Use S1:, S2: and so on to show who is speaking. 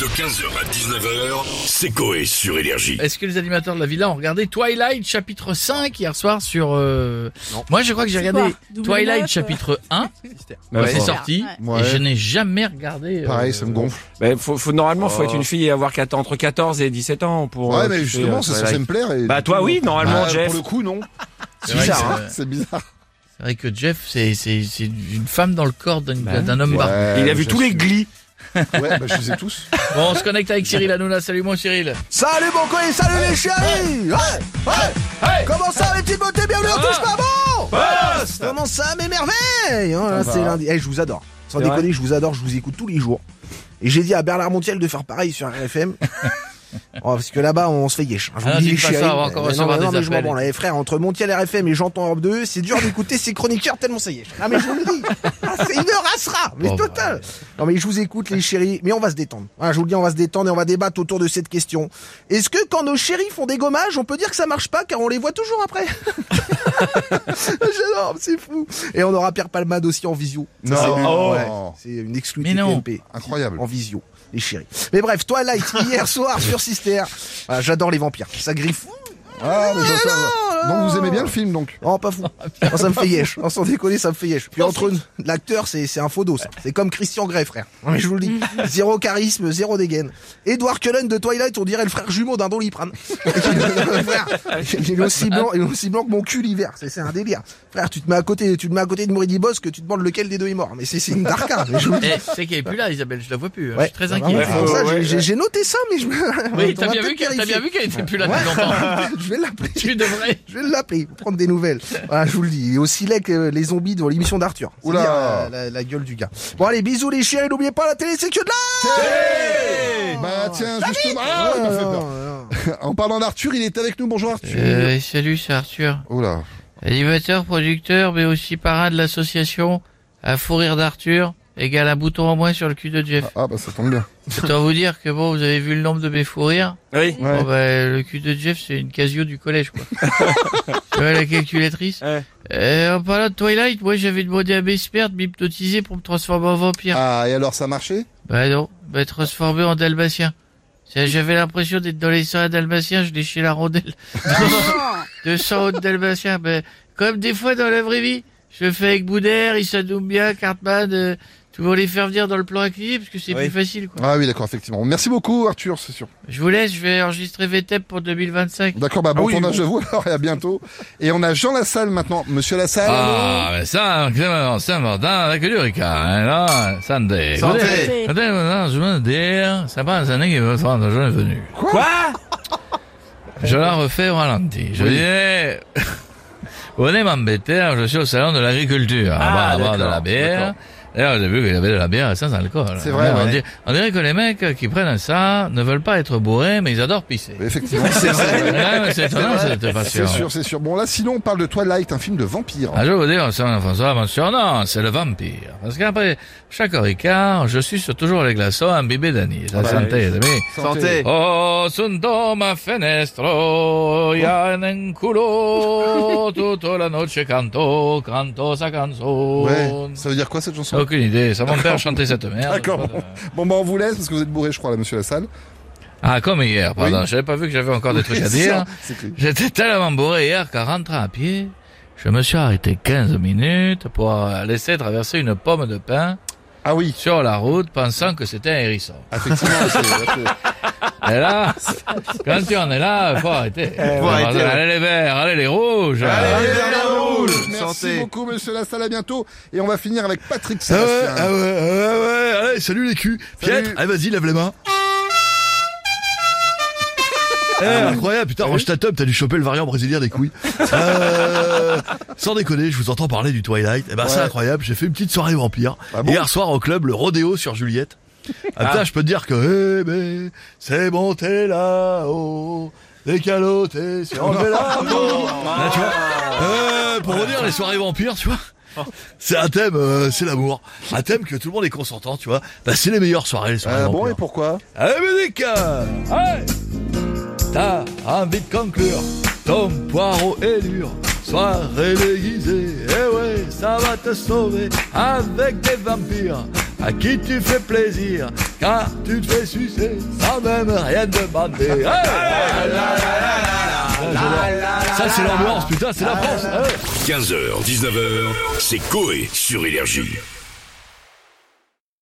S1: De 15h à 19h, c'est Coé sur Énergie.
S2: Est-ce que les animateurs de la villa ont regardé Twilight chapitre 5 hier soir sur... euh,
S3: Non.
S2: Moi je crois que j'ai
S4: C'est
S2: regardé
S4: quoi euh
S2: Twilight
S4: W9,
S2: chapitre 1 quand
S5: Ouais,
S2: c'est
S5: ouais.
S2: sorti
S5: Ouais.
S2: et je n'ai jamais regardé... euh,
S5: Pareil, ça me gonfle.
S3: Bah, faut, faut- normalement, faut être une fille et avoir quat- entre 14 et 17 ans pour. euh,
S5: ouais, mais
S3: kiffer,
S5: justement,
S3: euh,
S5: c'est
S3: Twilight.
S5: censé me plaire. Et
S3: Bah, toi, oui, normalement,
S5: Bah,
S3: Jeff.
S5: Pour le coup, non.
S2: C'est
S5: C'est
S2: vrai
S5: bizarre.
S2: que
S5: hein, C'est bizarre.
S2: C'est vrai que Jeff c'est c'est- c'est une femme dans le corps d'un
S3: Bah,
S2: d'un homme barbu.
S5: Ben, Ouais,
S3: Il a vu
S5: je
S3: tous les
S5: sais.
S3: glis.
S5: Ouais, bah, je les ai tous.
S2: Bon on se connecte avec Cyril Hanouna, salut mon Cyril
S6: Salut bon coin, salut les chéris Ouais, ouais, Comment ça les petites beautés, bienvenue, on
S2: Ah.
S6: touche pas bon Comment ça mes merveilles Oh là,
S5: Ça
S6: C'est
S5: va.
S6: lundi, Eh, je vous adore, sans
S3: C'est vrai
S6: déconner, je vous adore, je vous écoute tous les jours. Et j'ai dit à Bernard Montiel de faire pareil sur RFM. Oh, parce que là-bas, on se fait yesh. Je vous
S2: Ah,
S6: le dis,
S2: dites
S6: les
S2: pas ça,
S6: chéris.
S2: on va encore
S6: mais non,
S2: recevoir
S6: mais non,
S2: des
S6: mais je m'en
S2: appels.
S6: branle. Eh, frère, entre Montiel RFM et J'entends Europe 2, c'est dur d'écouter ces chroniqueurs tellement ça yesh. Ah, mais je vous le dis. Ah, c'est une heure à sera. Mais
S2: Bon, bah,
S6: total. Non mais je vous écoute les chéris, mais on va se détendre. Voilà, je vous le dis, on va se détendre et on va débattre autour de cette question. Est-ce que quand nos chéris font des gommages, on peut dire que ça marche pas car on les voit toujours après J'adore, c'est fou. Et on aura Pierre Palmade aussi en visio. Ça, c'est-
S5: Non.
S6: ouais, c'est une exclue
S2: Oh. Mais non.
S6: TPMP.
S5: Incroyable.
S6: En visio, les chéris. Mais bref, Twilight hier soir sur Sister. Voilà, j'adore les vampires. Ça griffe.
S5: Ah, mais j'entends.
S6: non, non.
S5: Donc, vous aimez bien le film, donc
S6: Oh, pas fou. Oh, ça me fait yesh. Oh, sans déconner, ça me fait yesh. Puis entre nous, l'acteur, c'est, c'est un faux dos. ça. C'est comme Christian Grey, frère. Non, mais je vous le dis. Zéro charisme, zéro dégaine. Edward Cullen de Twilight, on dirait le frère jumeau d'un Doliprane. frère, il est aussi blanc, il est aussi blanc que mon cul l'hiver. C'est, c'est un délire. Frère, tu te mets à côté, tu te mets à côté de Moridi Boss que tu te demandes lequel des deux est mort. Mais c'est, c'est une darka. Mais je vous le dis.
S2: Eh, c'est qu'elle est plus là Isabelle, je la vois plus, hein. je
S6: Ouais.
S2: suis
S5: bah,
S2: très
S6: Ah, vraiment,
S2: inquiet.
S6: c'est pour ça, j'ai-
S3: Ouais, ouais.
S6: j'ai, j'ai noté ça, mais je me-
S2: Oui,
S6: on
S2: t'as
S6: va
S5: bah,
S2: bien, vu
S6: peut-être
S2: qu'elle- t'as
S6: vérifier.
S2: bien vu qu'elle était plus là
S6: Ouais.
S2: depuis longtemps.
S6: Je vais l'appeler.
S2: Tu devrais...
S6: Je vais l'appeler pour prendre des nouvelles. Voilà, je vous le dis. Il est aussi laid que euh, les zombies devant l'émission d'Arthur. C'est
S5: Oula.
S6: dire, euh, la, la gueule du gars. Bon, allez, bisous les chiens et n'oubliez pas la télé, c'est que de là
S5: Bah, tiens, justement. Ah, il m'a fait peur. En parlant d'Arthur, il est avec nous. Bonjour, Arthur.
S2: Euh, salut c'est Arthur.
S5: Oh là.
S2: Animateur, producteur, mais aussi parrain de l'association à fourrir d'Arthur, égale un bouton en moins sur le cul de Jeff.
S5: Ah, bah, ça tombe bien.
S2: Autant vous dire que bon, vous avez vu le nombre de mes fous rires.
S3: Oui.
S5: Ouais.
S2: Bon, bah, le cul de Jeff, c'est une casio du collège, quoi. tu vois, la calculatrice.
S3: Ouais.
S2: Euh, en parlant de Twilight, moi, j'avais demandé à mes experts de m'hypnotiser pour me transformer en vampire.
S5: Ah, et alors, ça a marché
S2: Bah non, me transformer en dalmatien. C'est- J'avais l'impression d'être dans les seins à dalmatien, je léchais la rondelle. de sang haut de dalmatien. Mais comme des fois dans la vraie vie, je le fais avec Boudère, Issa Doumbia, Cartman, euh, tout le monde les faire venir dans le plan incliné parce que c'est
S3: Oui.
S2: plus facile. quoi.
S5: Ah, oui, d'accord, effectivement. Merci beaucoup, Arthur, c'est sûr.
S2: Je vous laisse, je vais enregistrer VTEP pour 2025.
S5: D'accord, bah, bon
S3: Ah oui,
S5: tournage à vous, alors, et à bientôt. Et on a Jean Lassalle maintenant. Monsieur Lassalle.
S7: Ah, mais ça, Clément, Saint-Martin avec le Ricard, hein, là, santé. Santé. Santé, maintenant, je veux dire, c'est pas un année qui veut prendre la journée venue.
S3: Quoi
S7: Je la refais au ralenti. Je disais, venez m'embêter, hein, je suis au salon de l'agriculture,
S3: Ah,
S7: à boire- à boire de
S3: d'accord,
S7: la bière.
S3: d'accord.
S7: D'ailleurs, j'ai vu qu'il y avait de la bière sans alcool.
S5: C'est vrai,
S7: On,
S5: ouais.
S7: dirait, on dirait que les mecs qui prennent ça ne veulent pas être bourrés, mais ils adorent pisser.
S5: Effectivement,
S7: Ouais, mais Ah, c'est étonnant, cette passion.
S5: c'est sûr, c'est sûr. Bon, là, sinon, on parle de Twilight, un film de vampire.
S7: Ah, je veux dire, c'est un François, mon surnom, c'est le vampire. Parce qu'après chaque ricard, je suce toujours les glaçons imbibés d'anis. La
S5: bah
S7: santé, les amis.
S3: Santé.
S7: Oh, sento ma fenestro, ya un culo, tutta la noche canto, canto sa
S5: Ouais,
S7: canzone.
S5: ça veut dire quoi cette chanson Ah,
S7: Aucune idée, ça mon père chantait cette merde. Pas
S5: D'accord.
S7: de-
S5: Bon, bah, on vous laisse parce que vous êtes bourré, je crois, là, monsieur Lassalle.
S7: Ah, comme hier, pardon,
S5: Oui.
S7: j'avais pas vu que j'avais encore des trucs à
S5: C'est
S7: dire.
S5: ça, c'est que-
S7: J'étais tellement bourré hier qu'en rentrant à pied, je me suis arrêté 15 minutes pour euh, laisser traverser une pomme de pain
S5: Ah oui,
S7: sur la route pensant que c'était un hérisson.
S5: effectivement. c'est- c'est-
S7: Et là, quand tu en es là, faut arrêter. Faut
S3: Eh, arrêter,
S7: Allez les verts, allez les rouges.
S3: Allez,
S5: Allez,
S3: vers la
S5: rouge.
S3: rouge.
S5: Merci
S3: Santé.
S5: beaucoup, monsieur Lassalle, à bientôt. Et on va finir avec Patrick
S8: Ah ouais,
S5: Sébastien.
S8: ah ouais, ah ouais, ouais, allez, salut les culs.
S5: Salut. Ah,
S8: Pietre, allez, vas-y, lève les mains. Eh, incroyable, putain, range ta top, t'as dû choper le variant brésilien des couilles. Euh, sans déconner, je vous entends parler du Twilight. Eh ben, c'est
S5: Ouais.
S8: incroyable, j'ai fait une petite soirée vampire.
S5: Ah bon
S8: Hier soir au club, le rodéo sur Juliette. Ah, putain, je peux te dire que, eh ben, c'est bon, t'es là-haut, t'es caloté, c'est enlevé
S5: Ah,
S8: là. Là, tu vois. Euh, pour redire les soirées vampires, tu vois. C'est un thème, euh, c'est l'amour. Un thème que tout le monde est consentant, tu vois. Bah, c'est les meilleures soirées, les soirées
S5: Euh, bon,
S8: vampires.
S5: et pourquoi
S8: Allez, musique Allez T'as envie de conclure Ton poireau est dur Soirée déguisée Eh ouais, ça va te sauver Avec des vampires à qui tu fais plaisir, car tu te fais sucer sans même rien demander. Eh Hey
S5: Ah,
S8: Ça,
S5: Ah,
S8: c'est l'ambiance, putain, c'est la France. Hey
S1: 15h, 19h, c'est Coé sur Énergie.